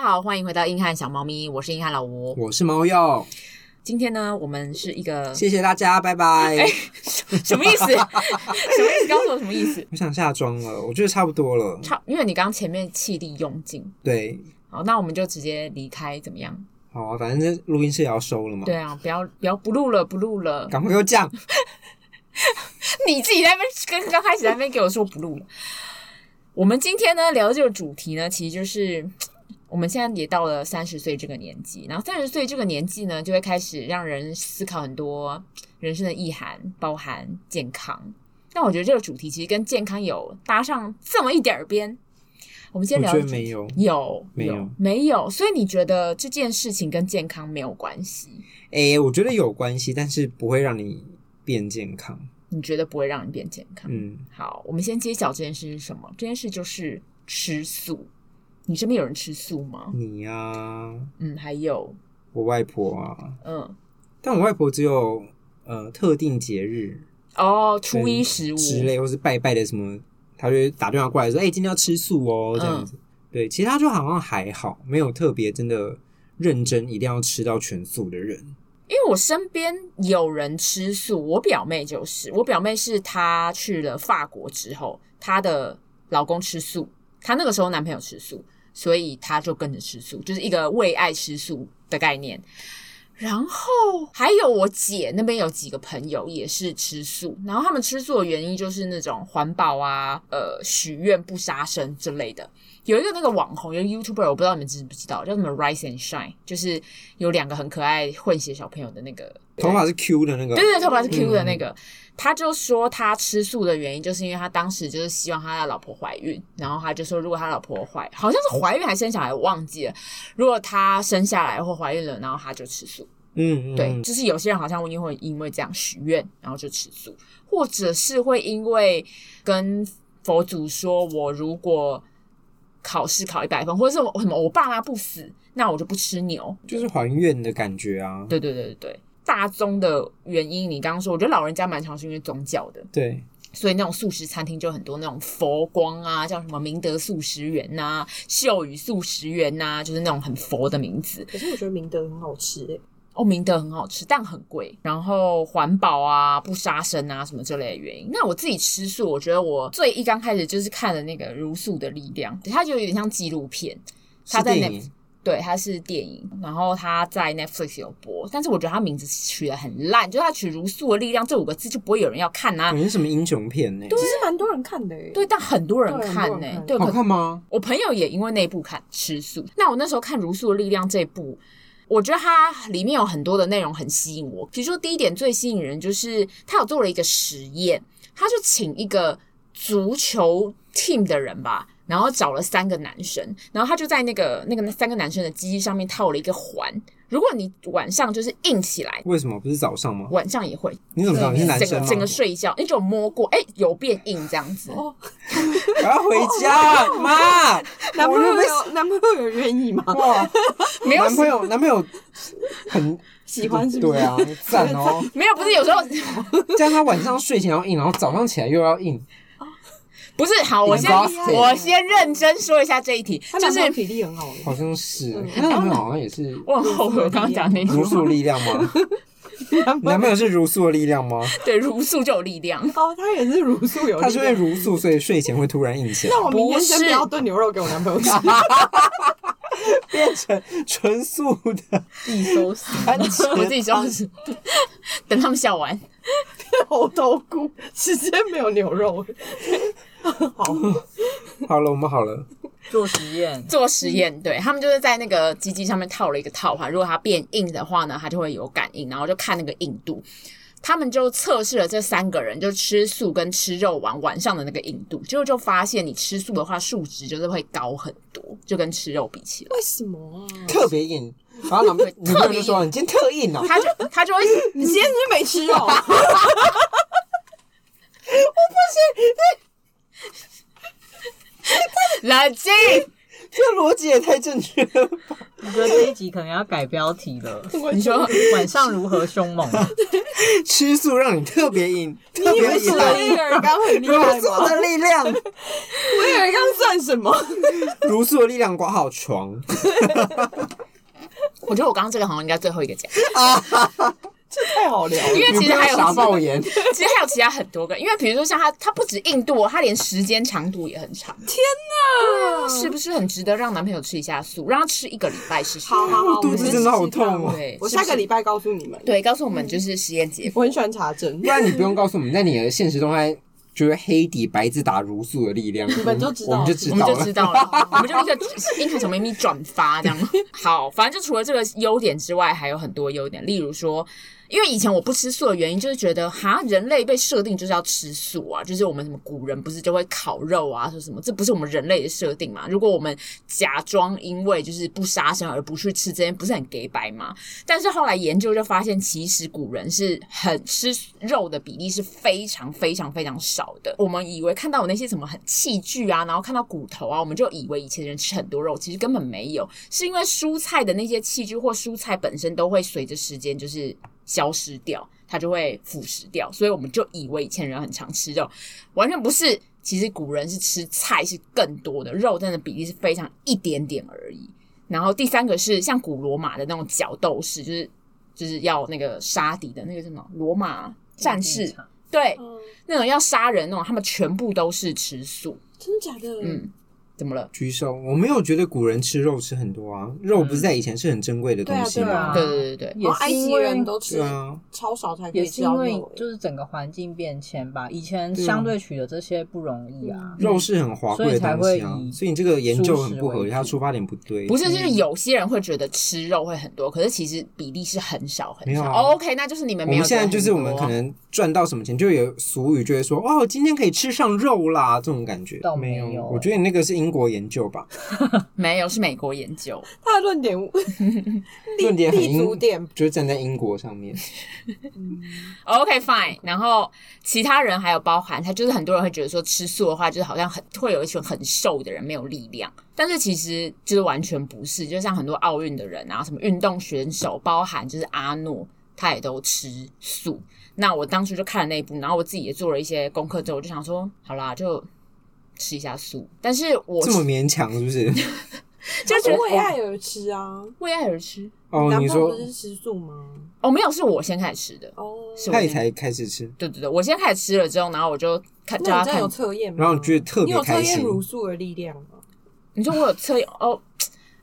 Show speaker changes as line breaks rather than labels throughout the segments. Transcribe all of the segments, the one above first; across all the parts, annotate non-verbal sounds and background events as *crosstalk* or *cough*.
好，欢迎回到硬汉小猫咪，我是硬汉老吴。
我是猫药，
今天呢，我们是一
*laughs*
个
谢谢大家，拜拜。
哎什么意思？什 *laughs* 么意思？告诉我什么意思？
我想下妆了，我觉得差不多了。
差，因为你刚刚前面气力用尽，
对，
好，那我们就直接离开，怎么样？
好啊，反正这录音室也要收了嘛。
对，啊，不要不要不录了，不录了。
赶快给我讲。
*laughs* 你自己在那边跟刚开始在那边给我说不录了。我们今天呢聊这个主题呢，其实就是我们现在也到了三十岁这个年纪，然后三十岁这个年纪呢，就会开始让人思考很多人生的意涵，包含健康。但我觉得这个主题其实跟健康有搭上这么一点儿边。我们先
我
聊
觉
的
得
主题
没有，
有
没有
没有，所以你觉得这件事情跟健康没有关系？
诶、哎我觉得有关系，但是不会让你变健康。
你觉得不会让你变健康？
嗯，
好，我们先揭晓这件事是什么。这件事就是吃素。你身边有人吃素吗？
你啊，
嗯，还有，
我外婆啊，
嗯，
但我外婆只有呃特定节日
哦，初一十五
之类，或是拜拜的什么，她就会打电话过来说：“哎、今天要吃素哦。”
嗯
这样子。对，其他就好像还好，没有特别真的认真一定要吃到全素的人。
因为我身边有人吃素，我表妹就是，我表妹是她去了法国之后，她的老公吃素，她那个时候男朋友吃素，所以她就跟着吃素，就是一个为爱吃素的概念。然后还有我姐那边有几个朋友也是吃素，然后他们吃素的原因就是那种环保啊，呃，许愿不杀生之类的。有一个那个网红，有一个 YouTuber，我不知道你们知不知道，叫什么 Rise and Shine，就是有两个很可爱混血小朋友的那个
头发是 Q 的那个，
对对，对头发是 Q 的那个。他就说他吃素的原因，就是因为他当时就是希望他的老婆怀孕，然后他就说，如果他老婆怀，好像是怀孕还是生小孩，我忘记了。如果他生下来或怀孕了，然后他就吃素。
嗯，嗯
对，，就是有些人好像因为因为这样许愿，然后就吃素，或者是会因为跟佛祖说，我如果考试考一百分，或者是我什么我爸妈不死，那我就不吃牛，
就是还愿的感觉啊。
对对对对对，大宗的原因，你刚刚说，我觉得老人家蛮常是因为宗教的，
对，
所以那种素食餐厅就很多那种佛光啊，叫什么明德素食园呐、秀宇素食园呐、就是那种很佛的名字。
可是我觉得明德很好吃欸诶、
哦，明德很好吃，但很贵。然后环保啊、不杀生啊什么这类的原因。那我自己吃素，我觉得我最一刚开始就是看了那个《如素的力量》，它就有点像纪录片。他
是
在
电
Netflix
影
对，它是电影，然后它在 Netflix 有播，但是我觉得它名字取得很烂，就是它取“如素的力量”这五个字就不会有人要看啊
感。觉是什么英雄片呢、
其实蛮多人看的诶、
对，但很多人
对很
看
多人
呢、
看
对，
好
可
看吗？
我朋友也因为那部看吃素。那我那时候看《如素的力量》这部，我觉得它里面有很多的内容很吸引我。比如说第一点最吸引人就是他有做了一个实验，他就请一个足球 team 的人吧。然后找了三个男生，然后他就在那个那个三个男生的鸡鸡上面套了一个环。如果你晚上就是硬起来，
为什么不是早上吗？
晚上也会
你怎么知道你是男
整
生啊
个
吗？
整个睡一觉，你就有摸过，哎，有变硬这样子。
哦，
我要回家，
*laughs*
妈！
男朋友
我又被
*laughs* 有男朋友有愿意吗？
哇，
没有
男朋友，男朋友
*laughs*
很
喜欢是不是？
对啊，赞哦！
没有，不是有 *laughs* 时候
这样他晚上睡前要硬，然后早上起来又要硬，
不是，好，我先
Exhausting
我先认真说一下这一题，
他
就
男
是
朋友体力很好诶、
好像是
嗯
那男朋友好像也是
我很后悔我刚刚讲那句
如
话，
素力量吗？ *laughs* 男朋友是如素的力量
*laughs*
吗？
对，如素就有力量。
*laughs* 哦，他也是乳素有力量。
他是因为如素，所以睡前会突然硬起来，
那我明天先
不
不
是
要炖牛肉给我男朋友吃，
变成纯素的
自己收拾，
番茄
我自己收拾， *laughs* 等他们笑完。
猴头菇，直接没有牛肉。好，
好了，我们好了，
做实验，
做实验，对他们就是在那个机器上面套了一个套环，如果它变硬的话呢，它就会有感应，然后就看那个硬度。他们就测试了这三个人，就吃素跟吃肉丸晚上的那个硬度，结果就发现你吃素的话，数值就是会高很多，就跟吃肉比起来。
为什么啊？
特别硬，然后男朋友女朋友就说：“你今天特硬哦。
他就他就
*laughs*
会，
你今天是不是没吃
哦
*laughs* 肉？
冷静，”
这逻辑也太正确了吧。
我觉得这一集可能要改标题了。
你说
晚上如何
*laughs*
凶猛？
吃素让你特别引，特
你以
别
为
引
是
来
威尔刚很
*laughs*
厉
如
害
素
吗？
的力量，
威尔刚算什么？
如素的力量挂好床。
我觉得我刚刚这个好像应该最后一个讲， *laughs*
这 *laughs* 太好聊了
因。为其
你不
实
要
还有
傻爆言，
其实还有其他很多个，因为比如说像他，他不止硬度哦，他连时间长度也很长。天哪、是不是很值得让男朋友吃一下素，让他吃一个礼拜试试看？
好好好，
我肚子
我们
真的好
试试看
痛哦
对
我
是不
下
是
个礼拜告诉你们。
啊对，告诉我们就是实验结
我
果。
很喜欢查证
不，然你不用告诉我们，在你的现实动态就是黑底白字打如素的力量，
你们就知道
我们就
我
知
们
道
就
了
知。道
*laughs*
了，我们就立刻立刻从秘密转发这样。好，反正就除了这个优点之外，还有很多优点，例如说，因为以前我不吃素的原因，就是觉得哈，人类被设定就是要吃素啊，就是我们什么古人不是就会烤肉啊，说什么这不是我们人类的设定嘛？如果我们假装因为就是不杀生而不去吃这些，不是很给白吗？但是后来研究就发现，其实古人是很吃肉的比例是非常非常非常少的。我们以为看到有那些什么很器具啊，然后看到骨头啊，我们就以为以前人吃很多肉，其实根本没有，是因为蔬菜的那些器具或蔬菜本身都会随着时间就是消失掉，它就会腐蚀掉，所以我们就以为以前人很常吃肉，完全不是。其实古人是吃菜是更多的，肉真的比例是非常一点点而已。然后第三个是像古罗马的那种角斗士，就是就是要那个杀敌的那个什么罗马战士，对，
嗯
那种要杀人那种，他们全部都是吃素。
真的假的？
嗯，怎么了？
举手，我没有觉得古人吃肉吃很多啊，肉不是在以前是很珍贵的东西
对啊
吗？
对对对对对，
也
然后埃
是因
及
为
人都吃
对啊，
超少才可
也
以欸
是
吃
因
到
为
肉，
就是整个环境变迁吧，以前
对啊
相对取的这些不容易啊。
嗯
肉是很华贵的东
所以
西
才
啊
会，以
所以你这个研究很不
素食
合
为
理，
主
它出发点不对。
不是，就是有些人会觉得吃肉会很多，可是其实比例是很少很
没有
少。
啊
哦 OK，那就是你们
我
没有
们
觉
现
得
在
很多。啊
就是我们可能赚到什么钱，就有俗语就会说哦，今天可以吃上肉啦，这种感觉
倒没有
有。我觉得你那个是英国研究吧，
没有是美国研究，
他的论点 *laughs* 立
论点很
立足
英，
点
就是站在英国上面。
OK fine，然后其他人还有包含他，就是很多人会觉得说吃素的话，就是好像很会有一群很瘦的人没有力量，但是其实就是完全不是，就像很多奥运的人啊，什么运动选手，包含就是阿诺，他也都吃素。那我当初就看了那一部，然后我自己也做了一些功课之后，我就想说，好啦，就吃一下素。但是我
这么勉强是
*laughs*
不是？
就觉得
为爱而吃啊。
为爱而吃，
哦，
男
你
朋友
说
不是吃素吗？
哦，没有，是我先开始吃的，
哦，
是我
他也
先
才开始吃，
对对对，我先开始吃了之后，然后我就看叫
那
他
你真的
看
有测验吗？
然后你觉得特
你
别
有测
开
验
心，
茹素的力量吗？
你说我有测哦，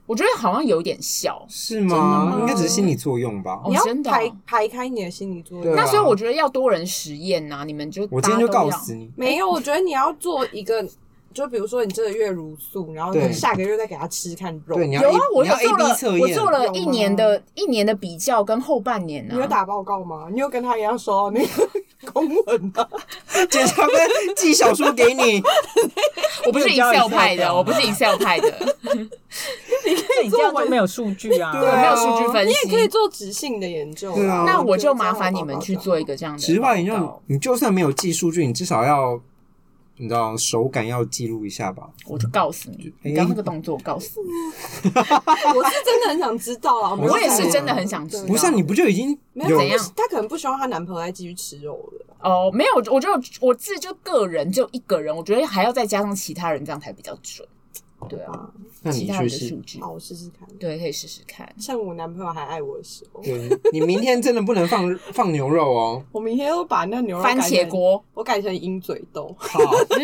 我觉得好像有一点笑。
是吗？
吗
应该只是心理作用吧。
哦
你要
真的哦
排排开你的心理作
对
用
啊。
那所以我觉得要多人实验呐、你们就
我今天就
大家都
告
要
死你，
没有，我觉得你要做一个，就比如说你这个月茹素，然后
对
你下个月再给他吃看肉，
对，你
你
要
有
A,
啊，我
你要
有
A
做
B
了
测，
我
验，
做了
有吗
一年的一年的比较跟后半年
有
啊，
打报告吗？你有跟他一样收到那个公文吗？
检察官寄小说给你，
我不是
你有
Excel
交 Excel
派的，
表吗
我不是 Excel 派
*laughs*
的，
那你这样就没有数据啊。
我
对啊
没有数据分
你也可以
析。
做质性的研究啊。
对啊
那我就
觉得这
麻
样
烦你们去做一个这样的
实话研
报
究
告，，
你就算没有寄数据，你至少要你知道手感要记录一下吧。
我就告诉你，你刚刚那个动作我告诉你，
好报 *laughs* 告，我是真的很想知道啊。没有
我也
在
是
意啊
真的很想知道。
不是、啊、你不就已经
没有
有
怎样
她可能不希望她男朋友再继续吃肉了。
哦，没有，我就我自己就个人就一个人，我觉得还要再加上其他人，这样才比较准。对啊，
那
其
你
他人
去
的
试
数。据
好，我试试看，
对，可以试试看。
趁我男朋友还爱我的时候，
对，你明天真的不能放放牛肉哦。
我明天又把那牛肉
番
改
茄
成，
锅，
我改成鹰嘴豆。
好，
嗯，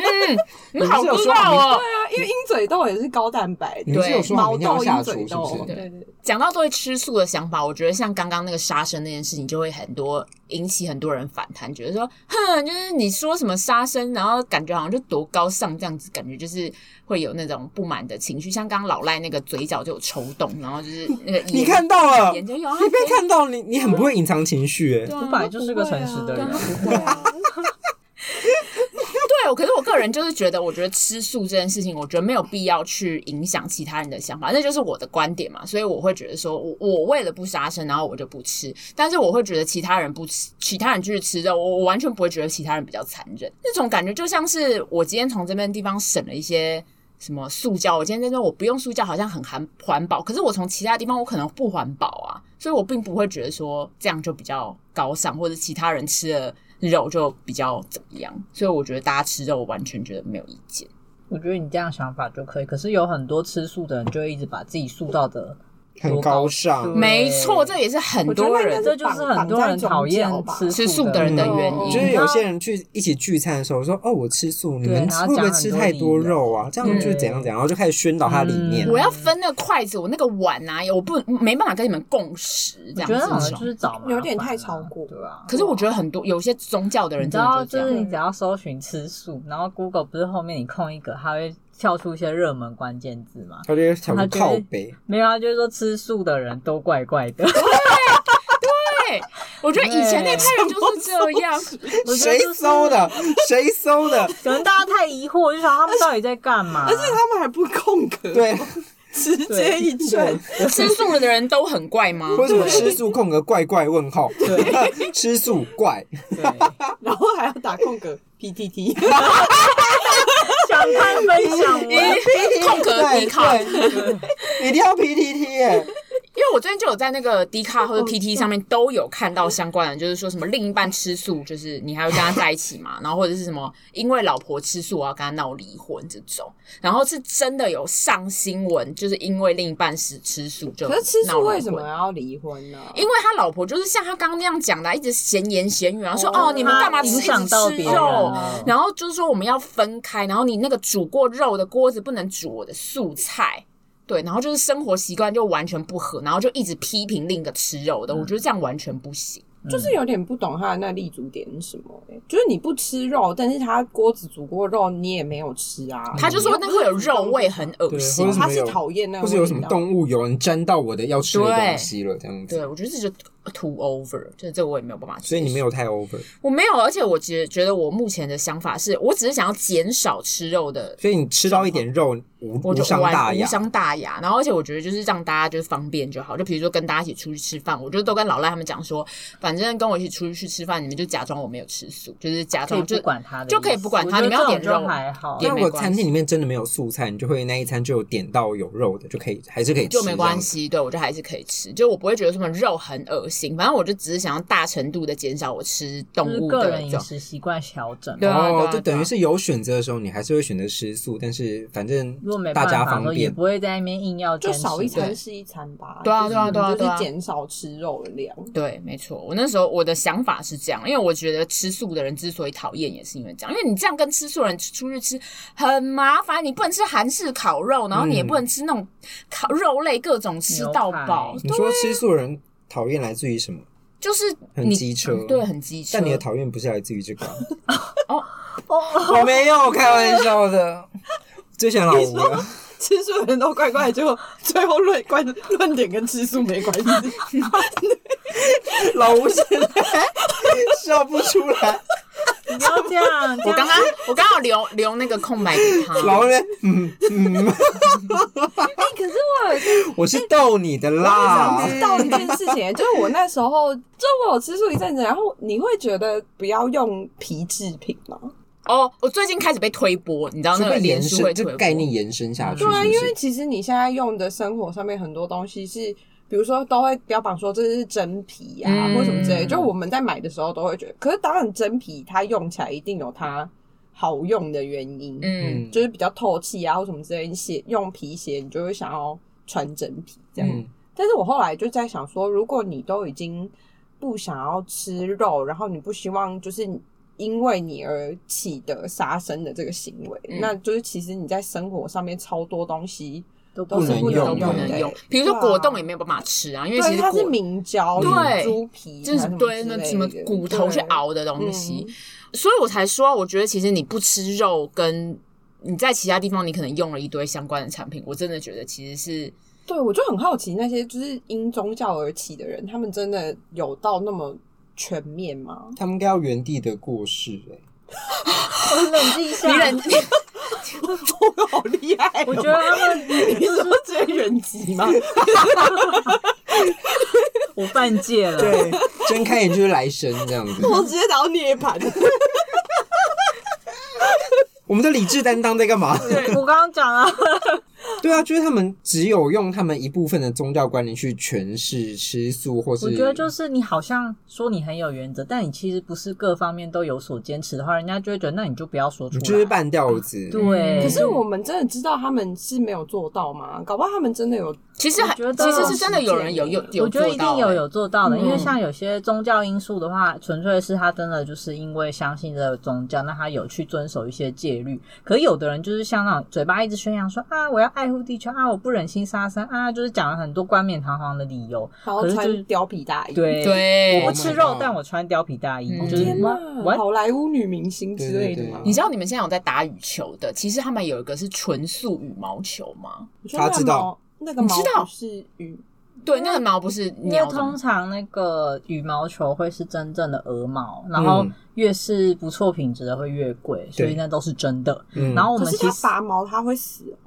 你
不
好
是有
酷
说好
哦。
对啊，因为鹰嘴豆也是高蛋白
你
的，
们是有说好
毛
明天要
豆、
下
鹰
厨
嘴
是不
豆，
是？
对对。
讲到对吃素的想法，我觉得像刚刚那个杀生那件事情，就会很多引起很多人反弹，觉得说，哼，就是你说什么杀生，然后感觉好像就多高尚这样子，感觉就是会有那种不满的情绪。像刚刚老赖那个嘴角就有抽动，然后就是那个眼
*laughs* *laughs* 你看到了，
眼
你
睛有啊，
被看到你，你很不会隐藏情绪
对
哎。
啊
我本来就是个诚实的人， *laughs*
对啊，
*laughs* 对，可是我个人就是觉得，我觉得吃素这件事情，我觉得没有必要去影响其他人的想法，那就是我的观点嘛。所以我会觉得说，我我为了不杀生，然后我就不吃，但是我会觉得其他人不吃，其他人继续吃肉，我我完全不会觉得其他人比较残忍，那种感觉就像是我今天从这边地方省了一些。什么塑胶，我今天在说我不用塑胶好像很环环保，可是我从其他地方我可能不环保啊，所以我并不会觉得说这样就比较高尚，或者其他人吃的肉就比较怎么样，所以我觉得大家吃肉我完全觉得没有意见。
我觉得你这样想法就可以，可是有很多吃素的人就会一直把自己塑造的
很高尚
对
没错，这也是很
我觉得
多
那应该
人
是
这就是很多人讨厌
吃
吃
素
素
的人的
嗯
原
就是
因。
有些人去一起聚餐的时候说：“哦，我吃素，你们
然后
会不会
讲很
吃
多
太
理
多
由
肉啊？”这样就是怎样怎样，然后就开始宣导他的理念
嗯。
我要分那个筷子，我那个碗啊，我不没办法跟你们共识这
我
样
觉得好
子
像就是找麻烦啊
有点太超过
对啊。
可是我觉得很多有些宗教的人
你知
真的
道，
就是
就
这
是
样，
你只要搜寻吃素，然后 Google 不是后面你空一格，它会跳出一些热门关键字吗？
他就会想
他
说
觉得
靠北，
没有啊，就是说吃素的人都怪怪的。 *laughs*
对，我觉得以前那派人就是这样，
我觉
谁
得就是
搜？的？谁搜的？
可能大家太疑惑，就想他们到底在干嘛？
而且他们还不空格，，
对，
直接一转，
吃素的人都很怪吗？
为什么吃素空格怪怪问号？ *laughs* 吃素怪，
对，想
然后还要打空格 PTT，
看分
*laughs*
享文，
空格
对
低卡，因
对一定要 PTT 耶！
为我最近就有在那个低卡或者 PT 上面都有看到相关的，就是说什么另一半吃素，就是你还会跟他在一起嘛， *laughs* 然后或者是什么因为老婆吃素我啊要跟他闹离婚这种，然后是真的有上新闻，就是因为另一半是吃素就
可是吃
闹
素
离
为什么
婚
要离婚呢？
因为他老婆就是像他刚刚那样讲的啊，一直闲言闲语啊，然后说
哦
哦你们干嘛
影
吃一
响
直
到
吃
别人啊
肉，
了。
然后就是说我们要分开，然后你那个煮过肉的锅子不能煮我的素菜，对，然后就是生活习惯就完全不合，然后就一直批评另一个吃肉的，我
嗯
觉得这样完全不行。
就是有点不懂他的那立足点是什么、欸，就是你不吃肉，但是他锅子煮过肉，你也没有吃啊。
嗯他就说那会有肉味，很恶心
对或。者
他
什
是
么有
讨厌那个
或是
味道，
有什么动物有人沾到我的要吃的东西了，这样
对，
子。
我觉得这就 too over，就是这个我也没有办法接受。
所以你没有太 over，
我没有，而且我觉觉得我目前的想法是我只是想要减少吃肉的
所以你吃到一点肉无
我
无
就
伤
完
大
无
雅。
伤大雅。然后，而且我觉得就是让大家就是方便就好。就比如说跟大家一起出去吃饭，我就都跟老赖他们讲说，反正跟我一起出去吃饭，你们就假装我没有吃素，就是假
可以
装就
不管他的意思，
就可以不管他
我
你
觉得
们要点
这
肉
种就还好，
也
那
没
如果
关
餐厅
系
里面真的没有素菜，你就会那一餐就有点到有肉的，就可以还是可以吃，
就没关。系。对我就还是可以吃，就我不会觉得什么肉很恶心。反正我就只是想要大程度的减少我吃动
就是
物
个
的
人
这
饮
种。
食习惯调整。
对啊对
哦
啊，
就
对
等
啊
于是有选择的时候，你还是会选择吃素，但是反正
如果没
大
办
家
法
方
说，也
便
不，会在那边硬要
就
坚持
少一
对
餐是一餐吧。
对啊
就是
对啊对啊
你
对啊
就是减少吃肉的量。
对，没错。我那时候我的想法是这样，因为我觉得吃素的人之所以讨厌，也是因为这样，因为你这样跟吃素的人出去吃很麻烦，你不能吃韩式烤肉，然后你也不能吃那种烤肉类各种吃到饱
嗯
牛，
你说吃素的人讨厌来自于什么？
就是
很
你嗯
机车
对，很机车。
但你的讨厌不是来自于这个啊、
哦
我没有开玩笑的。最想老吴啊了，
吃素的人都怪怪，结果最后论关论点跟吃素没关
*laughs*
系。
老吴现在笑不出来，
你不要这样，
*laughs* 我
*laughs*
我
刚刚我刚好留留那个空白给他，
老吴在嗯嗯，
可是我有一个
我是逗你的
想
啦。
知道一件事情，欸就是
欸
我那时候，就我有吃素一阵子，然后你会觉得不要用皮制品吗？
哦，我最近开始被推播，你知道
就
那个
被
脸
延
书会推
伸，这
播嗯
个概念延伸下去，
对啊，
是不
因
是
为其实你现在用的生活上面很多东西是，比如说都会标榜说这是真皮啊，
嗯
或什么之类的。就我们在买的时候都会觉得，可是当然真皮它用起来一定有它好用的原因，
嗯，
嗯
就是比较透气啊，或什么之类的。你鞋用皮鞋，你就会想要穿真皮这样。
嗯，
但是我后来就在想说，如果你都已经不想要吃肉，然后你不希望就是因为你而起的杀生的这个行为，
嗯
那就是其实你在生活上面超多东西
都
都是
不能
都不
用
能用
能
的
用，比如说果冻也
对啊
没有办法吃啊，因为其
对，
实
它是
果
明胶、
对
猪皮，啊
就是对那什么骨头去熬的
东
东
嗯
西，所以我才说，我觉得其实你不吃肉，跟你在其他地方你可能用了一堆相关的产品，我真的觉得其实是
对，我就很好奇那些就是因宗教而起的人，他们真的有到那么全面吗？
*laughs*
*laughs*
嗯他们应该要原地的过世哎、
我冷静一下
你，忍，
我好厉害哦、
我觉得他们
你说这些人级吗？
*laughs* 我犯戒了，
对，睁开眼就是来生这样子。
我直接打到涅槃。
我们的理智担当在干嘛？
对我刚刚讲啊，
对啊，就是他们只有用他们一部分的宗教观念去诠释吃素，或是
我觉得就是你好像说你很有原则，但你其实不是各方面都有所坚持的话，人家就会觉得那你就不要说出
你
来。
就是半吊子。
对，
可是我们真的知道他们是没有做到吗？搞不好他们真的有
其实还
我觉得
其实是真的有人有有有
我觉得一
做到
定有
欸
有做到的，
嗯
因为像有些宗教因素的话，纯粹是他真的就是因为相信这个宗教，那他有去遵守一些戒律。可是有的人就是像那种嘴巴一直宣扬说啊，我要爱护地球啊，我不忍心杀生啊，就是讲了很多冠冕堂皇的理由。
然后
可是就
穿貂皮大衣，，
对，
对
我
Oh
不
my
吃肉
God，
但我穿貂皮大衣，
嗯
就是
天哪，
what
好莱坞女明星之类的
对
吗？
对对
你知道你们现在有在打羽球的，其实他们有一个是纯素羽毛球吗？
我觉得那
他
个
知道
毛那个
你
毛
知道
不是鱼，
对，那个毛不是
因为
鸟的
通
吗，
常那个羽毛球会是真正的鹅毛，然后
嗯
越是不错品质的会越贵，所以那都是真的。
嗯
然后我
可
们
是
其
它
实
拔毛它会死哦，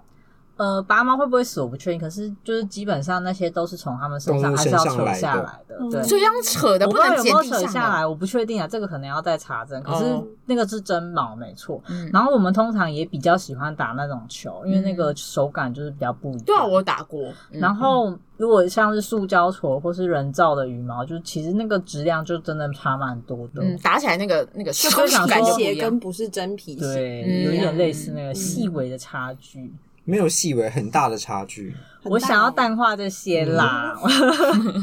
呃拔毛会不会死我不确定，可是就是基本上那些都是从他们身
动
上
物
还
身
是要
上
扯
来
下
的
来的，
嗯
对。
所以用扯的
我
不
不知
能
道有没
接地
有扯
上
下
的。
来，我不确定啊，这个可能要再查证。可是
哦
那个是真毛，没错。
嗯
然后我们通常也比较喜欢打那种球，因为那个手感就是比较不一样。
对啊，我有打过。嗯
然后，如果像是塑胶球或是人造的羽毛，就是其实那个质量就真的差蛮多的。
嗯，打起来那个那个手
*laughs* 就想
感
说
就不
鞋
一样
跟。不是真皮鞋，
对，
嗯
有一点类似那个
嗯
细微的差距。
没有细微很大的差距。
很
我
大
想要
哦
淡化这些啦，
嗯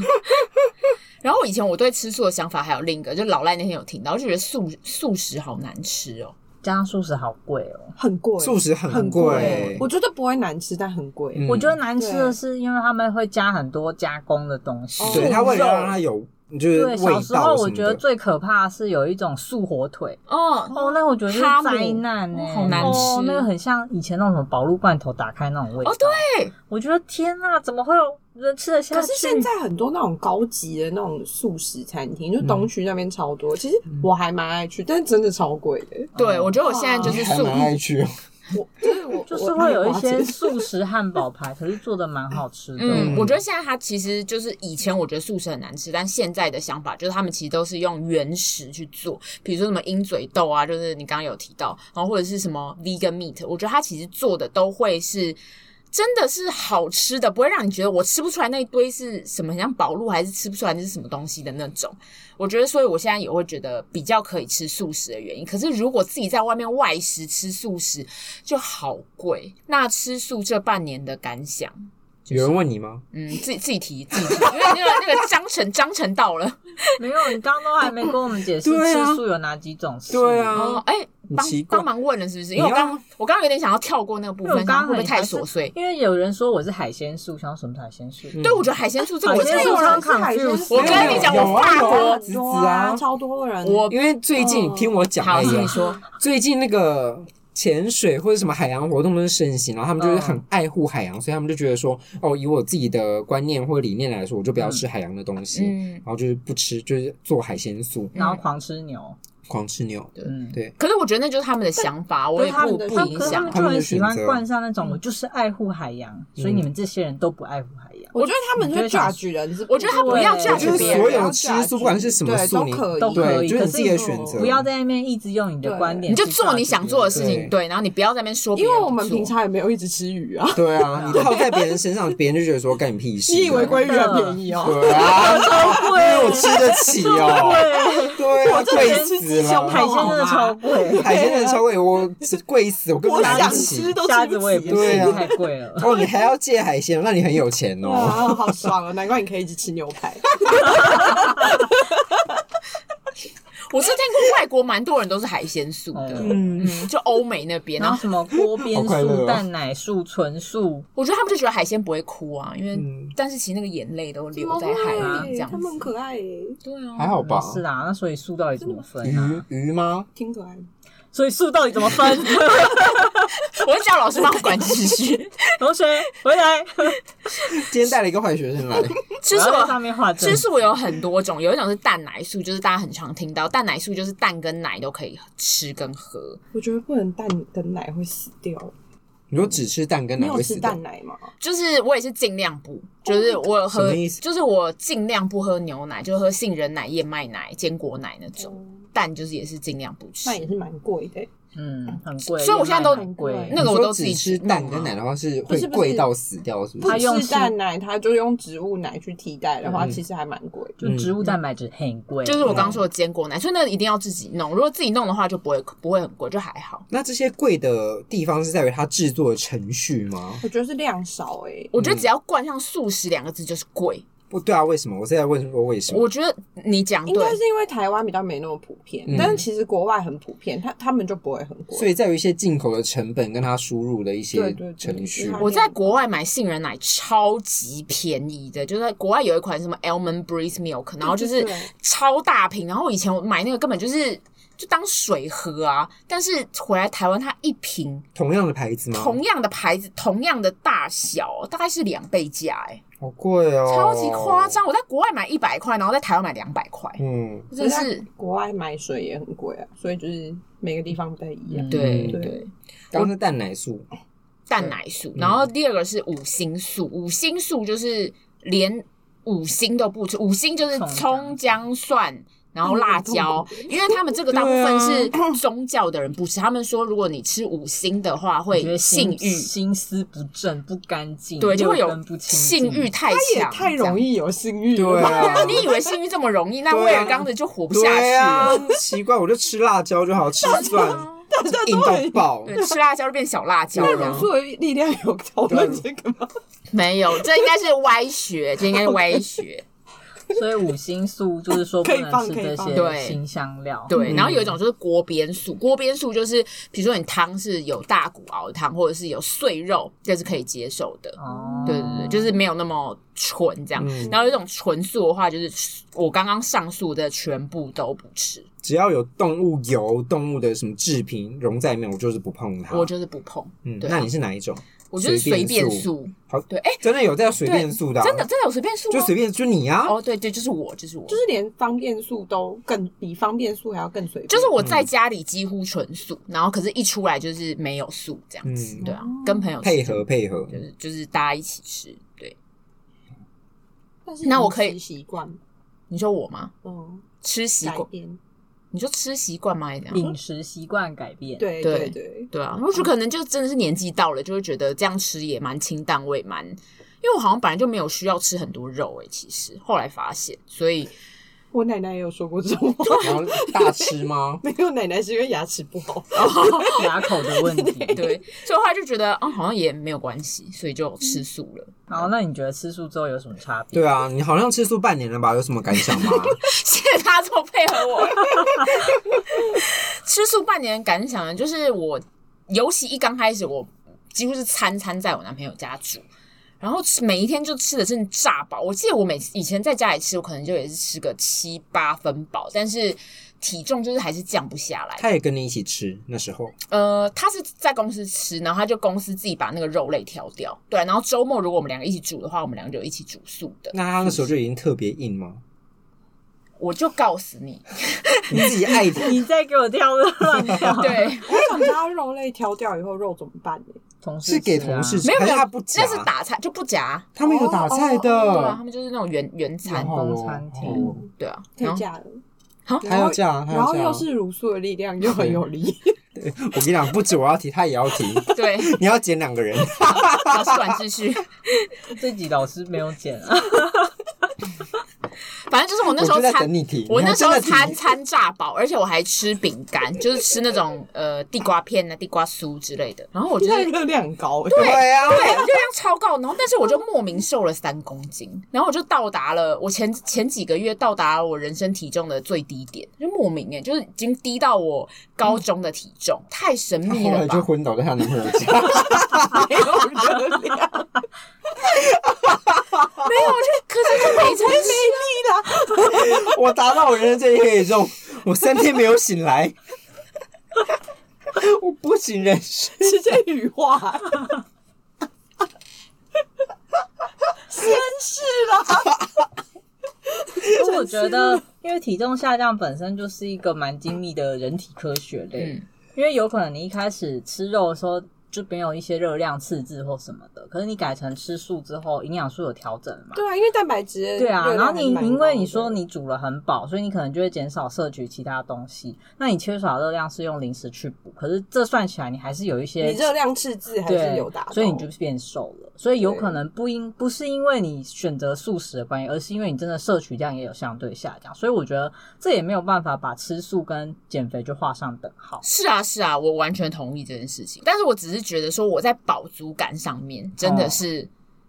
然后我以前我对吃素的想法还有另一个，就老赖那天有听到，就觉得素素食好难吃哦。
*laughs* 加上素食好贵哦。
很贵，
素食很
很
贵，
我觉得不会难吃，但很贵。
嗯
我觉得难吃的是，因为他们会加很多加工的东西。
哦
对它为了让它
肉
有就是
对，
味
小
道
时候
什
我
么
觉得
的
最可怕的是有一种素火腿，
哦，
哦，那我觉得就是
哈姆
灾难呢、
哦好难
哦
吃
那个很像以前那种什么宝路罐头打开那种味道。
哦对，
我觉得天呐，怎么会有人吃得下去？
可是现在很多那种高级的那种素食餐厅，就东区那边超
嗯
多。其实我还蛮爱去，但是真的超贵的。
对我觉得我现在就是
还
素
蛮爱去哦。
我就是我
就是会有一些
我
素食汉堡排，可是做的蛮好吃的。
嗯，
嗯
我觉得现在它其实就是以前我觉得素食很难吃，但现在的想法就是他们其实都是用原食去做，比如说什么鹰嘴豆啊，就是你刚刚有提到，然后或者是什么 vegan meat，我觉得它其实做的都会是。真的是好吃的，不会让你觉得我吃不出来那一堆是什么，很像宝路还是吃不出来那是什么东西的那种。我觉得，所以我现在也会觉得比较可以吃素食的原因。可是如果自己在外面外食吃素食就好贵。那吃素这半年的感想，
有人问你吗？
嗯，自己自己提自己提，因为那个那个章程章程到
*laughs*
了。
没有，你刚刚都还没跟我们解
*laughs*
释
对啊
吃素有哪几种吃。
对啊
哦，哎，
很
帮
奇怪
帮忙问了是不是？因为我刚
你
我刚刚有点想要跳过那个部
因为我
分，
刚
想
刚
会不会
很
太琐碎？
因为有人说我是海鲜素，想要什么是海鲜素？
嗯
对，我觉得海鲜素这个
海
我
鲜
真的
素
有
超
人
是海鲜
，confused。
素
我跟你讲我法国
侄
很
子
多
啊
啊，超多人。
我
因为最近
哦
听我讲，
好，
哎
请你
呀，
说，
最近那个潜水或者什么海洋活动都是盛行，然后他们就是
嗯
很爱护海洋，所以他们就觉得说，哦，以我自己的观念或理念来说，我就不要吃海洋的东西，
嗯
然，后就是不吃，就是做海鲜素，
然后狂吃牛。
狂吃牛。
嗯，
对，
可是我觉得那就是他们的想法，我
所
也
以他
不
们
的
不
他
影
可是他
响
们。
他
就
们
很
的
喜欢
选择嗯
冠上那种我就是爱护海洋，所以你们这些人都不爱护海洋。
我觉得他们
我
会
觉得
judge 人是对的，
我觉得他不要
对 judge
就是
别人
所有吃素，不管是什么
对
素，
都
你
可以
都可
对，
以
就是
可
你自
是
己的
你
选择，
不要在那边一直用你的
对
观点
你
去
就
告诉别人，
做你想做的事情，
对
对，然后你不要在那边说别
因
人
为
不做。
我们平常也没有一直吃鱼 *laughs* 啊。
*laughs* 对啊，你套在别人身上，别人就觉得说干你屁事。
你以为鲑鱼
真的
很便宜哦？
对啊，
超
因为
贵，
我吃得起哦。
*laughs*
对，
对啊，
这个
贵
人吃
死
鸡胸
海
了。
肉
鲜真的超贵，
海鲜的超贵，我吃贵死，我根本
*laughs* 我
买
想
不
吃
起。
都
虾
吃
子
不
我也
起
不。
对
行，
啊
太贵了。
哦，你还要戒海鲜，那你很有钱
*laughs*
哦。
*laughs* 哇，好爽哦！难怪你可以一直吃牛 *laughs* 排。
我是听过外国蛮多人都是海鲜素的，
嗯，
嗯，就欧美那边，
然
然
后
后
什么锅边
好快乐
素、
哦
蛋奶素、纯素，
我觉得他们就觉得海鲜不会哭啊，因为、
嗯
但是其实那个眼泪都流在海里这样
他们
子。
很可爱耶，
对啊，
嗯还好吧嗯
没。事啦。嗯那所以素到底怎么分啊？
鱼鱼吗？
挺可爱的。
所以素到底怎么分？ *laughs*
我会叫老师帮我管秩序。
同学回来，
今天带了一个坏学生来，
吃素
我要在
有
上面画正
*laughs* 吃。素有很多种，有一种是蛋奶素，就是大家很常听到蛋奶素就是蛋跟奶都可以吃跟喝。
我觉得不能蛋跟奶会死掉。
你说只吃蛋跟
你
奶
有
会
吃
死的
蛋？奶吗？
就是我也是尽量不，就是我
什
喝
么意，思
就是我尽量不喝牛奶，就喝杏仁奶、燕麦奶、坚果奶那种。蛋就是也是尽量不吃
哦那。也是蛮贵的欸、
嗯，很贵，
所以我现在都嗯
燕麦很贵。
那个我都
你说
自己
只吃
弄
蛋
啊
跟奶的话是
不
会
是不是
贵到死掉，是不
不
它
是？
用
吃蛋奶，它就用植物奶去替代的话，
嗯
其实还蛮贵。
就植物蛋白质很贵，
就是我刚刚说的坚果奶，所以那个一定要自己弄。如果自己弄的话，就不会不会很贵，就还好。
那这些贵的地方是在于它制作的程序吗？
我觉得是量少欸诶、
我觉得只要冠上“素食”两个字就是贵。
不对啊，为什么？我是在问说为什么？
我觉得你讲
应该
对，
是因为台湾比较没那么普遍，
嗯
但是其实国外很普遍，他他们就不会很贵。
所以在于一些进口的成本跟它输入的一
对
些
对对
程序
因为。它
我在国外买杏仁奶超级便宜的，就是在国外有一款什么 Almond Breeze Milk，然后就是
对对对
超大瓶，然后以前我买那个根本就是就当水喝啊，但是回来台湾它一瓶
同样的牌
嗯
子吗？
同样的牌子、同样的大小，大概是两倍价，哎，
好贵哦，
超级夸。张！我在国外买一百块，然后在台湾买两百块，
嗯，
真是
在国外买水也很贵啊，所以就是每个地方不太一样。
嗯
对
嗯
对。
刚刚是蛋奶素，
嗯蛋奶素，然后第二个是五星素，五星素就是连五星都不吃，五星就是葱
葱
姜蒜。然后辣椒，因为他们这个大部分是宗教的人不吃，他们说如果你吃五星的话
我觉
会
得
性
心
欲，
心思不正、不干净，
对，就会有
六根不清
性欲
净。
太
它也
强，
太容易有性欲了
对
吧，
啊
这样。，你以为性欲这么容易，那
对啊
威尔刚的就活不下去
对
了。啊
啊， *laughs* 奇怪，我就吃辣椒就
*laughs*
好，吃蒜
*laughs*
硬到爆。
对，吃辣椒就变小辣椒
那
对
了
啊
人。数的力量有讨论
啊
这个吗？
没有，这应该是歪学，这应该是歪学。
所以五星素就是说不
可以
能
放
吃
可以
这
放
些
对
新香料。
对，
嗯
然后有一种就是锅边素，锅边素就是比如说你汤是有大骨熬的汤，或者是有碎肉，这是可以接受的。
哦，
对对对，就是没有那么纯这样。
嗯
然后有一种纯素的话，就是我刚刚上述的全部都不吃，
只要有动物油、动物的什么制品融在里面，我就是不碰它。
我就是不碰，
嗯，
对啊
那你是哪一种？
我就是随
啊随便
便
素
素。
好
对，哎、
真的有在随便素的啊，
真的真的有随便素吗？
就随便就你啊，
哦，对对，就是我，就是我，就
就是是连方便素都更比方便素还要更随便，
就是
嗯
我在家里几乎纯素，然后可是一出来就是没有素这样子，
嗯
对啊，跟朋友吃
配合配合
就，是就是大家一起吃，对。
但是
那我可以
饮食习惯，
你说我吗？
嗯，
吃习
改
惯？
变，
你说吃习惯吗？还是怎样？
饮食习惯改变。，
嗯对
对
对对，
对啊，我觉得可能就真的是年纪到了，就会觉得这样吃也蛮清淡，味蛮……因为我好像本来就没有需要吃很多肉诶、其实后来发现，所以
我奶奶也有说过这种话， *laughs*
然后大吃吗？ *laughs*
没有奶奶是因为牙齿不好，
牙口的问
*laughs*
题。
对，所以后来就觉得啊、好像也没有关系，所以就吃素了。
好，那你觉得吃素之后有什么差别？
对啊，你好像吃素半年了吧？有什么感想吗？
谢谢大家这么配合我。 *laughs* 吃素半年感想呢，就是我，尤其一刚开始，我几乎是餐餐在我男朋友家煮，然后吃每一天就吃的真的炸饱。我记得我每次以前在家里吃，我可能就也是吃个七八分饱，但是体重就是还是降不下来。
他也跟你一起吃那时候，
呃，他是在公司吃，然后他就公司自己把那个肉类挑掉，对。然后周末如果我们两个一起煮的话，我们两个就一起煮素的。
那他那时候就已经特别硬吗？ *laughs*
我就告诉你，，
你自己爱的，
你再给我挑乱跳
*laughs*
*laughs*
对。
哎我想知道肉类挑掉以后肉怎么办呢？
同事
是给
吃啊
同事吃，
没有
还
没
是
有，
他不夹
那是打菜就不夹，
他们有打菜
对啊，
的
他，们就是那种原原餐，
好哦
东餐
好
厅
哦
对啊，
可
然
以
后
嫁了，
他要这样，他
然
要
后
这样
又是茹素的力量又很有力，
我跟你讲，不止我要提，他也要提，
对， *laughs*
你要减两个人。
老师管秩序，
这集老师没有剪啊，
反正就是我那时候
我就在
餐
等你提，
我
你
那
还
时候
真的提
餐餐炸饱，而且我还吃饼干，就是吃那种呃地瓜片啊、地瓜酥之类的，然后我就
那
是。
热量很高欸， *laughs*
对啊，
对，热量超高，然后但是我就莫名瘦了三公斤，然后我就到达了我前前几个月到达了我人生体重的最低点，就莫名哎、就是已经低到我高中的体重，太神
她
秘
后来
了吧
就？昏倒在她男朋友家，
没有热量，
没有，就可是就没成吃
我达到我人生最低体重，我三天没有醒来，我不省人事。
*laughs* 直接羽化，
*laughs*
先是啦，
因为我觉得，因为体重下降本身就是一个蛮精密的人体科学类，
嗯
因为有可能你一开始吃肉的时候，就没有一些热量赤字或什么的。可是你改成吃素之后，营养素有调整嘛？
对啊，因为蛋白质的
对啊，
热量
然后你
还蛮
因为
高
你
的
说你煮了很饱，所以你可能就会减少摄取其他东西。那你缺少热量是用零食去补，可是这算起来你还是有一些
你热量赤字还
对
是有达到，
所以你就变瘦了。所以有
对
可能不因不是因为你选择素食的关系，而是因为你真的摄取量也有相对下降。所以我觉得这也没有办法把吃素跟减肥就画上等号。
*laughs* 是啊，是啊，我完全同意这件事情。但是我只是觉得说，我在饱足感上面真的是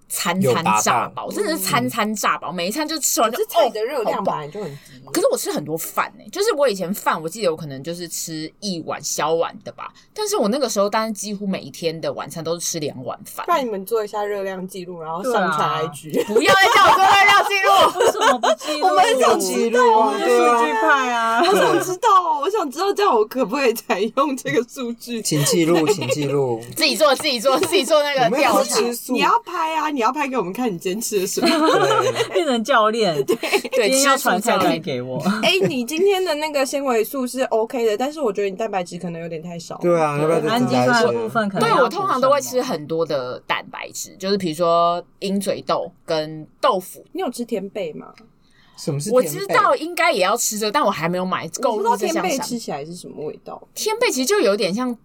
餐
有
餐
达
炸
到
饱，真的是餐餐炸饱，每一餐就吃完
可
就是
嗯菜的热
哦
量
好
本
饱。
来就很低，
可是我吃很多饭呢、就是我以前饭，我记得我可能就是吃一碗小碗的吧，但是我那个时候，当然几乎每一天的晚餐都是吃两碗饭
不。然你们做一下热量记录，然后
对
上
啊
传 IG。
不要再叫我做热量记录，
为什么不记录？
我们很想
记
知
录
道，
啊
我们
对啊
数
数
据
据派啊！
*laughs* 我想知道，我想知道这样我可不可以采用这个数据？
请记录，请记录。
*laughs* 自己做自己做自己做那
我
个
们要
调查，
吃素，
你要拍啊，你要拍给我们看你今天吃了什么。
对
*laughs* 变成教练，今
对，
天要传
吃素
菜
教
单
练
给我。
*laughs* 哎、你今天的那个纤维素是 OK 的，但是我觉得你蛋白质可能有点太少。
对，
*laughs*
啊，要不要再
氨
增
基
加一
酸的
些
部？分可能
对
要
我通常
补
都会
什么
吃很多的蛋白质，就是比如说鹰嘴豆跟豆腐。
你有吃甜贝吗？
什么是
我
甜
知
贝
道应该也要吃这个，但我还没有买购
我不知
入
道
这
甜
项
贝
商
吃
品。
起来是什么味道？
天贝其实就有点像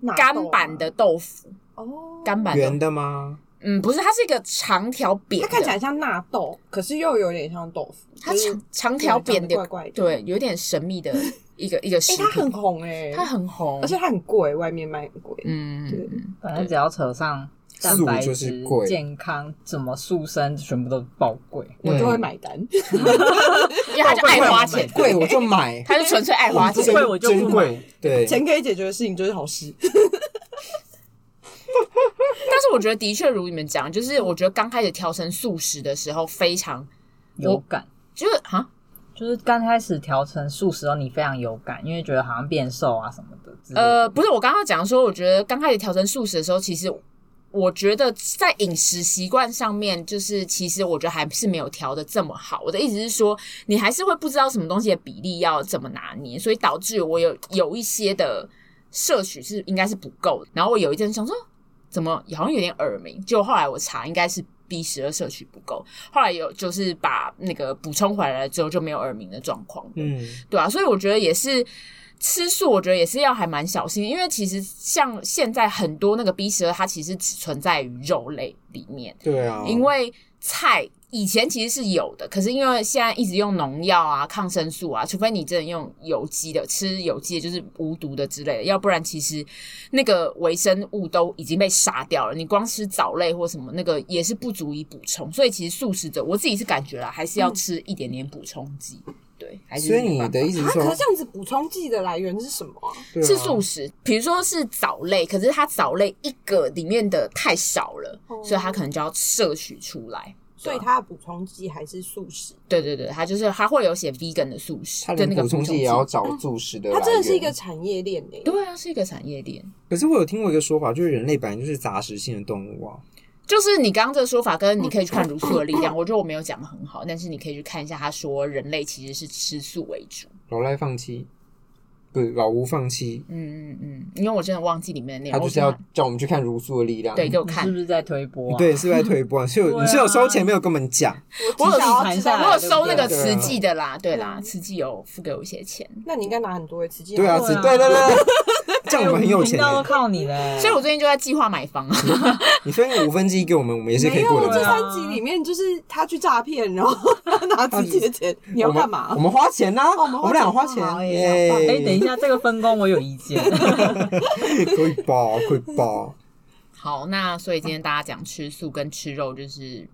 纳豆啊
干版的豆腐，
哦，
干版
圆
的，
的吗？
嗯，不是，它是一个长条扁
它
的，
看起来像纳豆，可是又有点像豆腐。
它
就是
长长条扁
对长
的
得怪，怪的
对，有点神秘
*laughs*
的一个一个
哎、
食
它很
品，
红哎、
它很红
而，且它很贵，外面卖很贵。
嗯
对，
反正只要扯上蛋白
素就
质
是、贵
健康、怎么塑身，全部都爆贵。
我就会
嗯
买单。
因为
哦
它就爱花钱，
贵我
*laughs*
就买，
它就纯粹爱花钱
*laughs*
不。贵我就不
珍贵。
*laughs*
对，
*laughs* 钱可以解决的事情就是好事。
但是我觉得的确如你们讲，就是我觉得刚开始调成素食的时候，非常
有感，
就是啊，
就是刚开始调成素食后，你非常有感，因为觉得好像变瘦啊什么的之类的。
呃，不是，我刚刚讲说，我觉得刚开始调成素食的时候，其实我觉得在饮食习惯上面，就是其实我觉得还是没有调的这么好。我的意思是说，你还是会不知道什么东西的比例要怎么拿捏，所以导致我有有一些的摄取是应该是不够的。然后我有一阵想说，怎么好像有点耳鸣，就后来我查应该是 B 十二摄取不够，后来有就是把那个补充回来了之后就没有耳鸣的状况。嗯
嗯，
对啊，所以我觉得也是吃素，我觉得也是要还蛮小心，因为其实像现在很多那个 B 十二，它其实只存在于肉类里面，哦
对啊，
因为菜。以前其实是有的，可是因为现在一直用农药啊、抗生素啊，除非你真的用有机的，吃有机的就是无毒的之类的，要不然其实那个微生物都已经被杀掉了。你光吃藻类或什么，那个也是不足以补充。所以其实素食者，我自己是感觉啦，还是要吃一点点补充剂。对，还是
所以
没
你
办法
的意思
啊，
是
可
说
是这样子补充剂的来源是什么啊、
对啊
是素食，比如说是藻类，可是它藻类一个里面的太少了，
哦
所以它可能就要摄取出来。
所以它的补充剂还是素食。
对对对，它就是它会有写 vegan 的素食
它
跟那
连
个
补充剂也要找
嗯
素食的来
它
源，
真的是一个产业链欸诶、
对啊，是一个产业链。
可是我有听过一个说法，就是人类本来就是杂食性的动物啊。
就是你刚刚这个说法，跟你可以去看《如素的力量》，我觉得我没有讲的很好，但是你可以去看一下，他说人类其实是吃素为主。
老赖放弃，不是老吴放弃，
嗯嗯嗯，因为我真的忘记里面的内
他
容，
就是
我
要嗯
真的
叫我们去看《如素的力量》。
对给我
你是
看
不。是在推波、啊？
对，，是在推波，是有、你是有收钱没有跟我们讲？
我有
只想要知道
看
我有收那个
对不对啊嗯
慈济的啦，对啦，慈济有付给我一些钱，
那你应该拿很多诶、欸，直接
对啊，
对
是
啊
对对对，这样我们很有钱
哎频道都
耶。
靠你
*laughs* 啊
嘞。
所以我最近就在计划买房啊。
你分个五分之一给我们，我们也是可
没
以
有
过
啊，
得
这
对啊
了。
三集里面就是他去诈骗，然后 *laughs* 他拿自己的钱，你要干嘛
我？们花钱呐、
我们花钱
我们俩花
好
钱
耶
耶！
哎、等一下，这个分工我有意见。 *laughs*
可以吧？可以吧？
好，那所以今天大家讲吃素跟吃肉，就是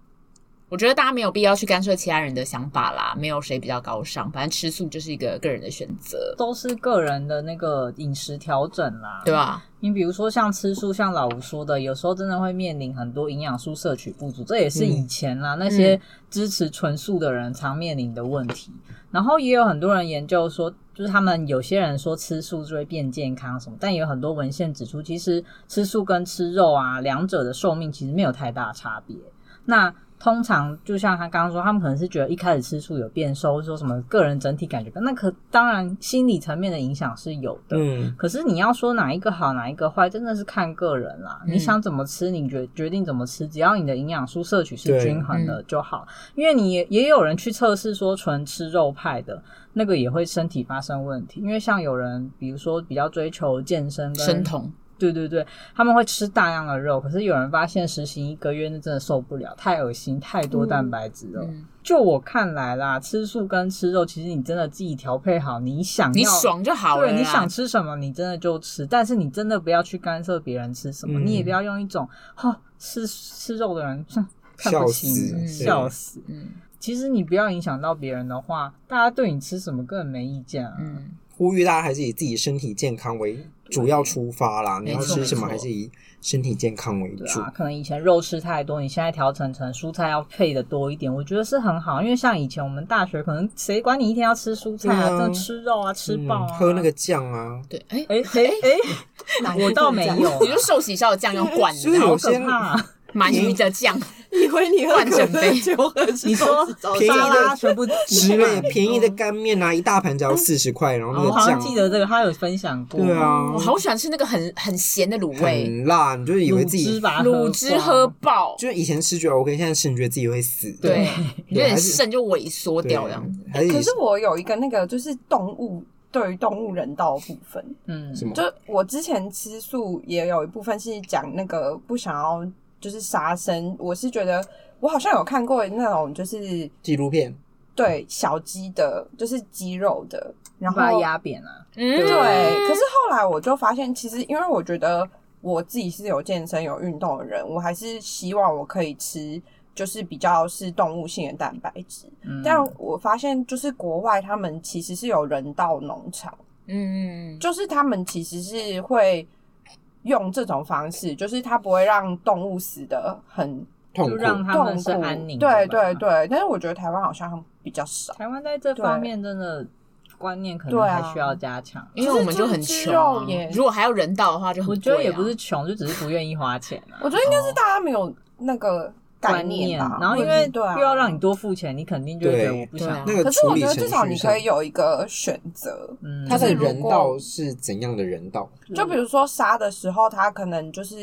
我觉得大家没有必要去干涉其他人的想法啦，没有谁比较高尚，反正吃素就是一个个人的选择，
都是个人的那个饮食调整啦，
对吧、
你比如说像吃素，像老吴说的，有时候真的会面临很多营养素摄取不足，这也是以前啦、那些支持纯素的人常面临的问题。然后也有很多人研究说，就是他们有些人说吃素就会变健康什么，但也有很多文献指出，其实吃素跟吃肉啊，两者的寿命其实没有太大差别。那通常就像他刚刚说，他们可能是觉得一开始吃素有变瘦，说什么个人整体感觉，那可当然心理层面的影响是有的。
嗯，
可是你要说哪一个好，哪一个坏，真的是看个人啦。
嗯
你想怎么吃，你决决定怎么吃，只要你的营养素摄取是均衡的就好。因为你也也有人去测试说纯吃肉派的那个也会身体发生问题，因为像有人比如说比较追求健身跟
生酮，
对对对，他们会吃大量的肉，可是有人发现实行一个月，那真的受不了，太恶心，太多蛋白质了。
嗯，
就我看来啦，吃素跟吃肉，其实你真的自己调配好，你想要
你爽就好了啦。
对，你想吃什么，你真的就吃，但是你真的不要去干涉别人吃什么，
嗯
你也不要用一种哦吃吃肉的人哼看
笑
不起
死
你，
对
笑死。
嗯
其实你不要影响到别人的话，大家对你吃什么根本没意见啊。
嗯，
呼吁大家还是以自己身体健康为主要出发啦。你
没
要
错
吃什么，
没错
还是以身体健康为
对
主。
啊，可能以前肉吃太多，你现在调整成蔬菜要配的多一点，我觉得是很好。因为像以前我们大学，可能谁管你一天要吃蔬菜啊，
对啊
真的吃肉啊，吃
嗯
爆啊，
喝那个。酱啊，
对，哎、
哎
*laughs*
哎哎，
哪
我倒没
*laughs*
有啊
你就寿喜烧的酱要灌，
就是
然后
有
好
些
可怕、啊！
鳗鱼的酱，
以为你喝
灌
可
整杯
乐就喝
你说
便宜
沙
的
拉全部
之类
的。
便宜的干面啊，一大盘只要四十块，然后那
我
个
哦好像
酱，
记得这个，他有分享过。
对啊
我，好喜欢吃那个很很咸的卤味，
很辣，你就是以为
卤
自
汁
己，
吧，
卤汁喝
光
爆，
就是以前吃觉得 OK，现在吃你觉得自己会死，
对，有点
还是
肾就萎缩
对
掉这样子。，
还是
可是我有一个那个就是动物对于动物人道的部分，
嗯，
什么
就我之前吃素也有一部分是讲那个不想要就是杀生，我是觉得我好像有看过那种就是
纪录片，
对小鸡的，就是鸡肉的，然后
把它压扁啊。
嗯，
对，可是后来我就发现，其实因为我觉得我自己是有健身、有运动的人，我还是希望我可以吃，就是比较是动物性的蛋白质。
嗯
但我发现，就是国外他们其实是有人道农场，
嗯，嗯，
就是他们其实是会用这种方式，就是它不会让动物死的很
痛苦，
就让他
痛
们是
苦。
安宁的吧。
对对对，但是我觉得台湾好像比较少。
台湾在这
对
方面真的观念可能
对啊
还需要加强。
因为我们就很穷
就是吃
啊
肉耶，
如果还要人道的话，就很
我觉得
贵啊
也不是穷，就只是不愿意花钱啊。
我觉得应该是大家没有那个概
观念，
吧，
然后因
或者
为
是对啊，
又要让你多付钱，你肯定就会觉得我不
对啊
想
那。个
可是
处
我
理
觉得
程
至少
序
你
上
可以，有一个选择，
嗯，
它的
是如
人
果
道是怎样的人道？
就比如说杀的时候，他可能就是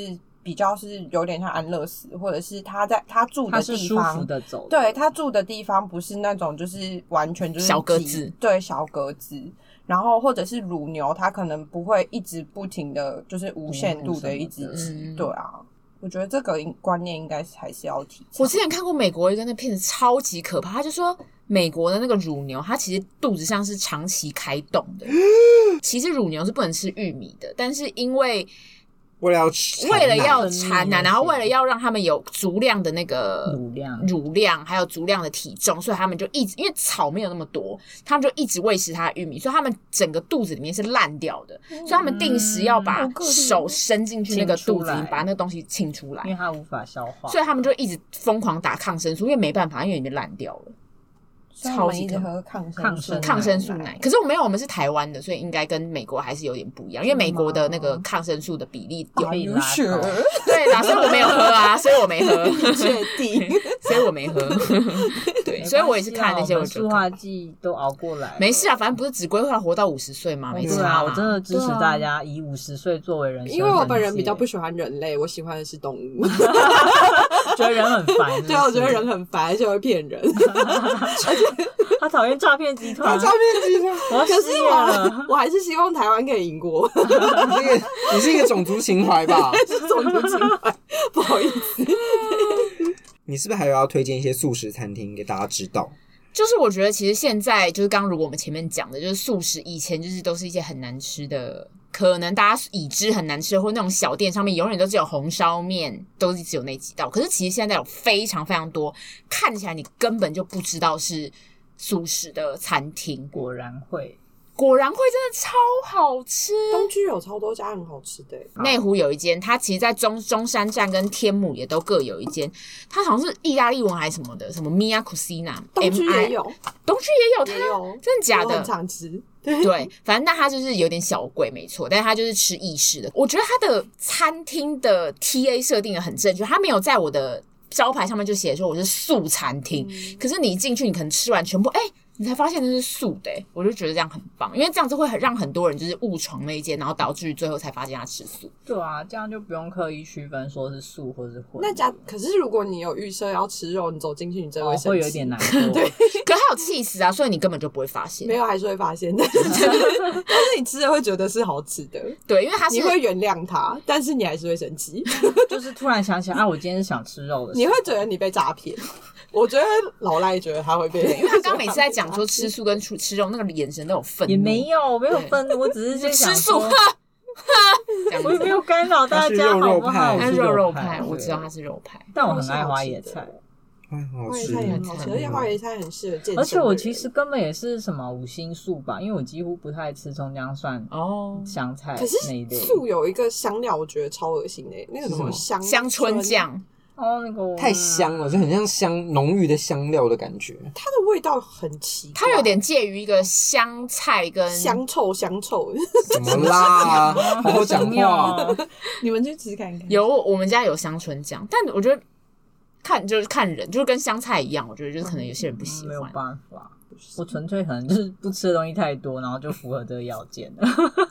比较是有点像安乐死，或者是他在他住
它
的
是
地
舒服
方，
的走，
对，他住的地方不是那种就是完全就是
小格
挤
子，
对小格子。然后或者是乳牛，它可能不会一直不停的就是无限度的一直
什
么
挤，
的
对啊，我觉得这个应观念应该是还是要提倡。
我之前看过美国一个那片子超级可怕，他就说美国的那个乳牛，它其实肚子上是长期开洞的。
*gasps*
其实乳牛是不能吃玉米的，但是因为
为了要吃，
为了要
*laughs*
分泌
产
那
奶，然后
些
为了要让他们有足量的那个
乳量
乳量还有足量的体重，所以他们就一直因为草没有那么多，他们就一直喂食它的玉米，所以他们整个肚子里面是烂掉的，
嗯
所以他们定时要把
好可怜
手伸进去那个
请哦出
肚子里
来，
把那个东西请出来
因。为它无法消化，
所以他们就一直疯狂打抗生素，因为没办法，因为已经烂掉了。
嗯
所以我们
超级
一直
可怕
喝抗
抗
生素
生
奶，
抗生素奶，可是我没有，我们是台湾的，所以应该跟美国还是有点不一样，因为美国的那个抗生素的比例有
可以
有
拉
血，
高。
对啦，所以我没有喝啊，所以我没喝，
*laughs*
*laughs* 确定。
所以我没喝。对，所以我也是看那些，我觉
没关系啊我们塑
得
化剂都熬过来了，
没事啊，反正不是只规划活到五十岁嘛，没
对
差
啊，
啦。
我真的支持
对啊
大家以五十岁作为人生，
因为我本人比较不喜欢人类，我喜欢的是动 *laughs* 物。
觉得人很烦，
*laughs* 对啊，我觉得
是不是
人很烦，而且会骗人。 *laughs*
他讨厌诈骗集团，
面积的。
我要
可
失
是
业了
我，我还是希望台湾可以赢过， *laughs*
你是一个你是一个种族情怀吧？
是种族情怀。不好意思，
你是不是还有要推荐一些素食餐厅给大家知道？
就是我觉得其实现在就是刚如果我们前面讲的，就是素食以前就是都是一些很难吃的，可能大家已知很难吃的，或那种小店上面永远都只有红烧面，都是只有那几道。可是其实现在有非常非常多看起来你根本就不知道是素食的餐厅，
*laughs* 果然会
果然会真的超好吃。
东区有超多家很好吃的欸，
内湖有一间，它其实，在中中山站跟天母也都各有一间，它好像是意大利文还是什么的，什么 Mia Cucina，
东区
M I-
也，有，
东区也有它，
也有，
真的假
我
的
很？常吃。
对，反正那他就是有点小贵，没错，但是他就是吃意式的。我觉得他的餐厅的 TA 设定的很正确，他没有在我的招牌上面就写说我是素餐厅，
嗯
可是你一进去，你可能吃完全部，哎、你才发现那是素的、哎我就觉得这样很棒，因为这样子会很让很多人就是误闯那一间，然后导致最后才发现他吃素。
对啊，这样就不用刻意区分说是素或是荤。
那假可是如果你有预设要吃肉，你走进去你真的
哦
会生
会
气，
有点
*laughs*
难过。对，
*laughs* 可还有 cheese 啊，所以你根本就不会发现
没。有还是会发 *laughs* 现，但是但是你吃了会觉得是好吃的，
对，因为它是
你会原谅他，但是你还是会生气，
就是突然想起来啊，我今天是想吃肉的。
你会觉得你被诈骗。我觉得老赖觉得他会被，因
因为他刚刚每次在
*laughs*
讲说吃素跟吃吃肉，那个眼神都有愤怒，
也没有，我没有分，我只是在想
吃素，
说
呵，这样
我也没
子。
有干扰大
他是
家，
肉
好
肉
不好？
派
他
我
是
是
肉肉
派
派，，我知道他
对，
是肉派。
但我很爱花野菜。
哎，很好
花椰
吃
菜也很
好
好
吃
吃，而且花椰菜很适合健身的人。
而且我其实根本也是什么五星素吧，因为我几乎不太吃葱姜蒜、
哦，
香菜
可是
那一类。
素有一个香料，我觉得超恶心的，欸那个什么
是
香
香椿
椿，
酱，
哦，那个我
太
*laughs*
香了，就很像香浓郁的香料的感觉。
它的味道很奇怪，
它有点介于一个香菜跟
香臭香臭。
怎么啦？好好讲
妙
话。啊
哦。
*laughs* 你们去吃看看。
有我们家有香椿酱，但我觉得看就是看人，就是跟香菜一样，我觉得就是可能有些人不喜
没有
欢。
办法，我纯粹可能就是不吃的东西太多，然后就符合这个要件了。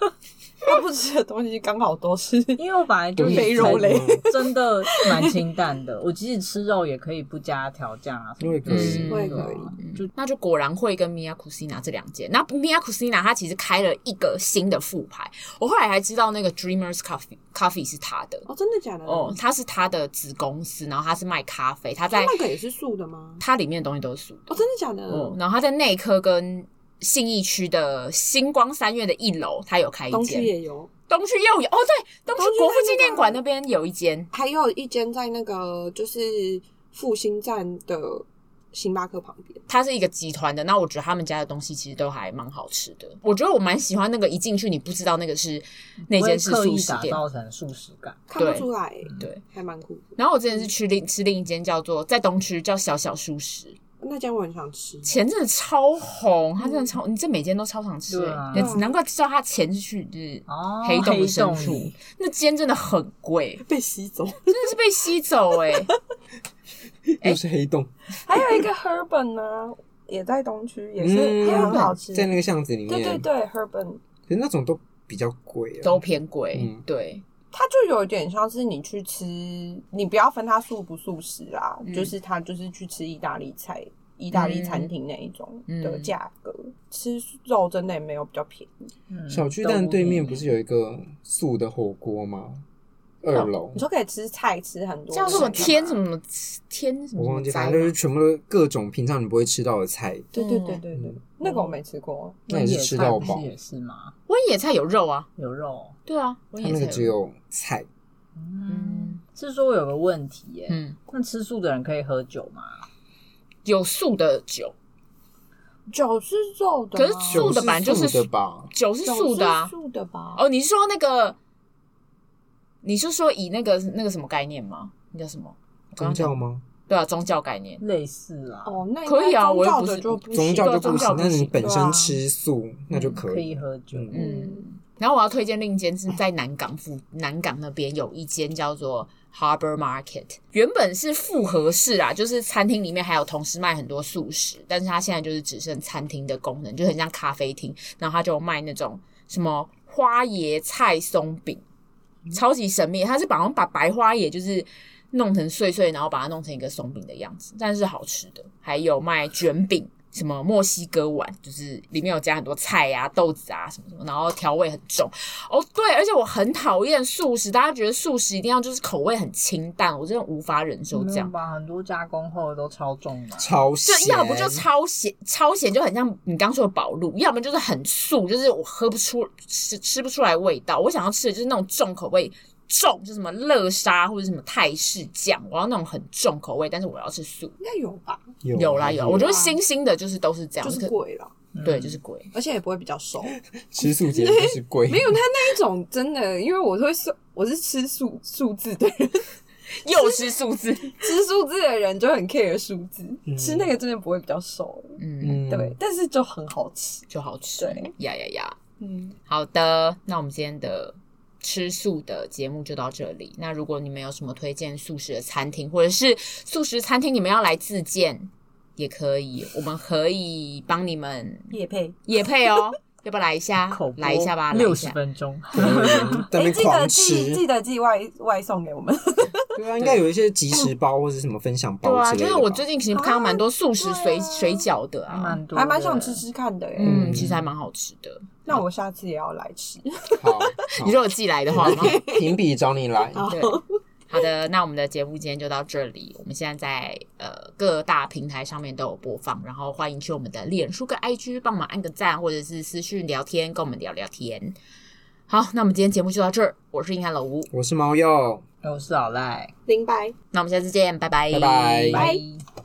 *laughs*
他不吃的东西刚好都是 *laughs*
因为我本来就
肥肉类，
真的蛮清淡的。我即使吃肉也可以不加调酱啊，什么的
我也可以
对啊
我也可以
就
那就果然会跟 Mia Cucina 这两间。那 Mia Cucina 它其实开了一个新的副牌，我后来还知道那个 Dreamers Coffee Coffee 是它的
哦，真的假的？
哦，，它是它的子公司，然后它是卖咖啡，它在
哦那个也是素的吗？
它里面的东西都是素的
哦，真的假的？
哦，然后它在内科跟信义区的星光三月的一楼，它有开一
东区
间，
也有，
东区又有哦，对，东
东
区
区
国父
在那
纪念
个
馆那边有一间，
还有一间在那个就是复兴站的星巴克旁边。
它是一个集团的，那我觉得他们家的东西其实都还蛮好吃的。我觉得我蛮喜欢那个一进去你不知道那个是那
不会
间是
刻
素
意
食
打
店，
造成素食感。
看
对
不出来，欸
对。
还蛮酷的。
然后我之前是去另吃另一间叫做在东区叫小小素食，
那间我很想吃，
钱真的超红，它真的超，你这每间都超常吃、
对
欸
啊，
你难怪叫它钱是去就是
哦
黑洞的
黑
深
洞
处
里，
那间真的很贵，
被吸走。
真的是被吸走
*laughs*
哎、
又是黑洞，
*laughs* 还有一个 Herban 呢、也在东区，也是、
嗯
也很好吃。
在那个巷子里面，
对对对，Herban，
可是那种都比较贵啊，
都偏贵，
嗯
对，
它就有点像是你去吃，你不要分它素不素食啦，
嗯
就是它就是去吃意大利菜、意大利餐厅那一种
嗯
的价格。吃肉真的也没有比较便宜。
嗯
小巨蛋对面不是有一个素的火锅吗？
哦
二楼
你，说可以吃菜，吃很多
叫什么
菜
天
吗
什？么天什么
我忘记，
什么
反
斋
正就
吗
是全部都各种平常你不会吃到的菜，
对对对对对
嗯，
那个我没吃过。
那也是吃到
温野
饱
菜不是。也是吗？
温野菜有肉啊，
有肉，
对啊，温
它
野
那个
菜
只
有肉，
有菜，
嗯，是说我有个问题耶，
嗯，
那吃素的人可以喝酒吗？
有素的酒，
酒是肉的
可
吗，
是素的本来就是
酒是素的吧？
酒是
酒
素的啊
是，素的吧？
哦，你是说那个，你是说以那个那个什么概念吗？那叫什么？我刚刚
宗
讲
教吗？
对啊，宗教概念。
类似啊，
哦，那应该
可以啊我又
宗
不
教
是
的就不
宗
行
教就
对宗
不
教
行，
不
那你
行
本
对
身
啊
吃素那就
可以
以。
喝酒。
嗯
嗯，然后我要推荐另一间是在南港附南港那边有一间叫做 Harbor Market，原本是复合式啊，就是餐厅里面还有同时卖很多素食，但是它现在就是只剩餐厅的功能，就很像咖啡厅，然后它就卖那种什么花椰菜松饼，超级神秘，它是把好像把白花椰就是。弄成碎碎，然后把它弄成一个松饼的样子，但是好吃的。还有卖卷饼，什么墨西哥碗，就是里面有加很多菜呀、豆子啊什么什么，然后调味很重。哦，对，而且我很讨厌素食，大家觉得素食一定要就是口味很清淡，我真的无法忍受这
没有
样。
吧，很多加工后的都超重的啊。
超
就
咸，
要不就超咸，超咸就很像你刚说的宝路，要么就是很素，就是我喝不出吃吃不出来味道。我想要吃的就是那种重口味，重就是什么乐沙或者什么泰式酱，我要那种很重口味，但是我要吃素。
应该有吧，
有啦有啦，我觉
啊
得新兴的就是都是这样，
就
可
是贵了，
嗯
对，就是贵。
而且也不会比较
*laughs*
瘦。
吃素节就是
*laughs*
贵，
没有他那一种真的，因为我会说我是吃数数字的人，嗯
*laughs* 又是数字，
吃数字的人就很 care 数字，
嗯
吃那个真的不会比较瘦，
嗯，
嗯，
对，但是就很好吃。
就好吃。
对
呀呀呀！
嗯，
好的，那我们今天的吃素的节目就到这里。那如果你们有什么推荐素食的餐厅，或者是素食餐厅你们要来自荐，也可以，我们可以帮你们
叶配。
也配哦。要不要来一下
口？播
来一下吧，来
六
一
十
下。
分钟，
*laughs*
在那
哎，
边
记得
狂
寄记
吃。
得寄外外送给我们，
对啊，应该有一些即食包或是什么分享
对
包
啊，
之类
就
的吧。
是我最近其实看到蛮多素食
啊
水、
对啊
水饺的
还
啊，
蛮多的，
还蛮想吃吃看的耶。
嗯，
嗯
其实还蛮好吃的。
那我下次也要来吃。
好，
*laughs* 你如果寄来的话， *laughs*
评比找你来，
对，好的，那我们的节目今天就到这里。我们现在在呃各大平台上面都有播放，然后欢迎去我们的脸书跟 IG 帮忙按个赞，或者是私讯聊天，跟我们聊聊天。好，那我们今天节目就到这儿，我是硬汉老吴，
我是猫药，
哎我是老赖，
零白。
那我们下次见，拜拜，
拜拜
拜。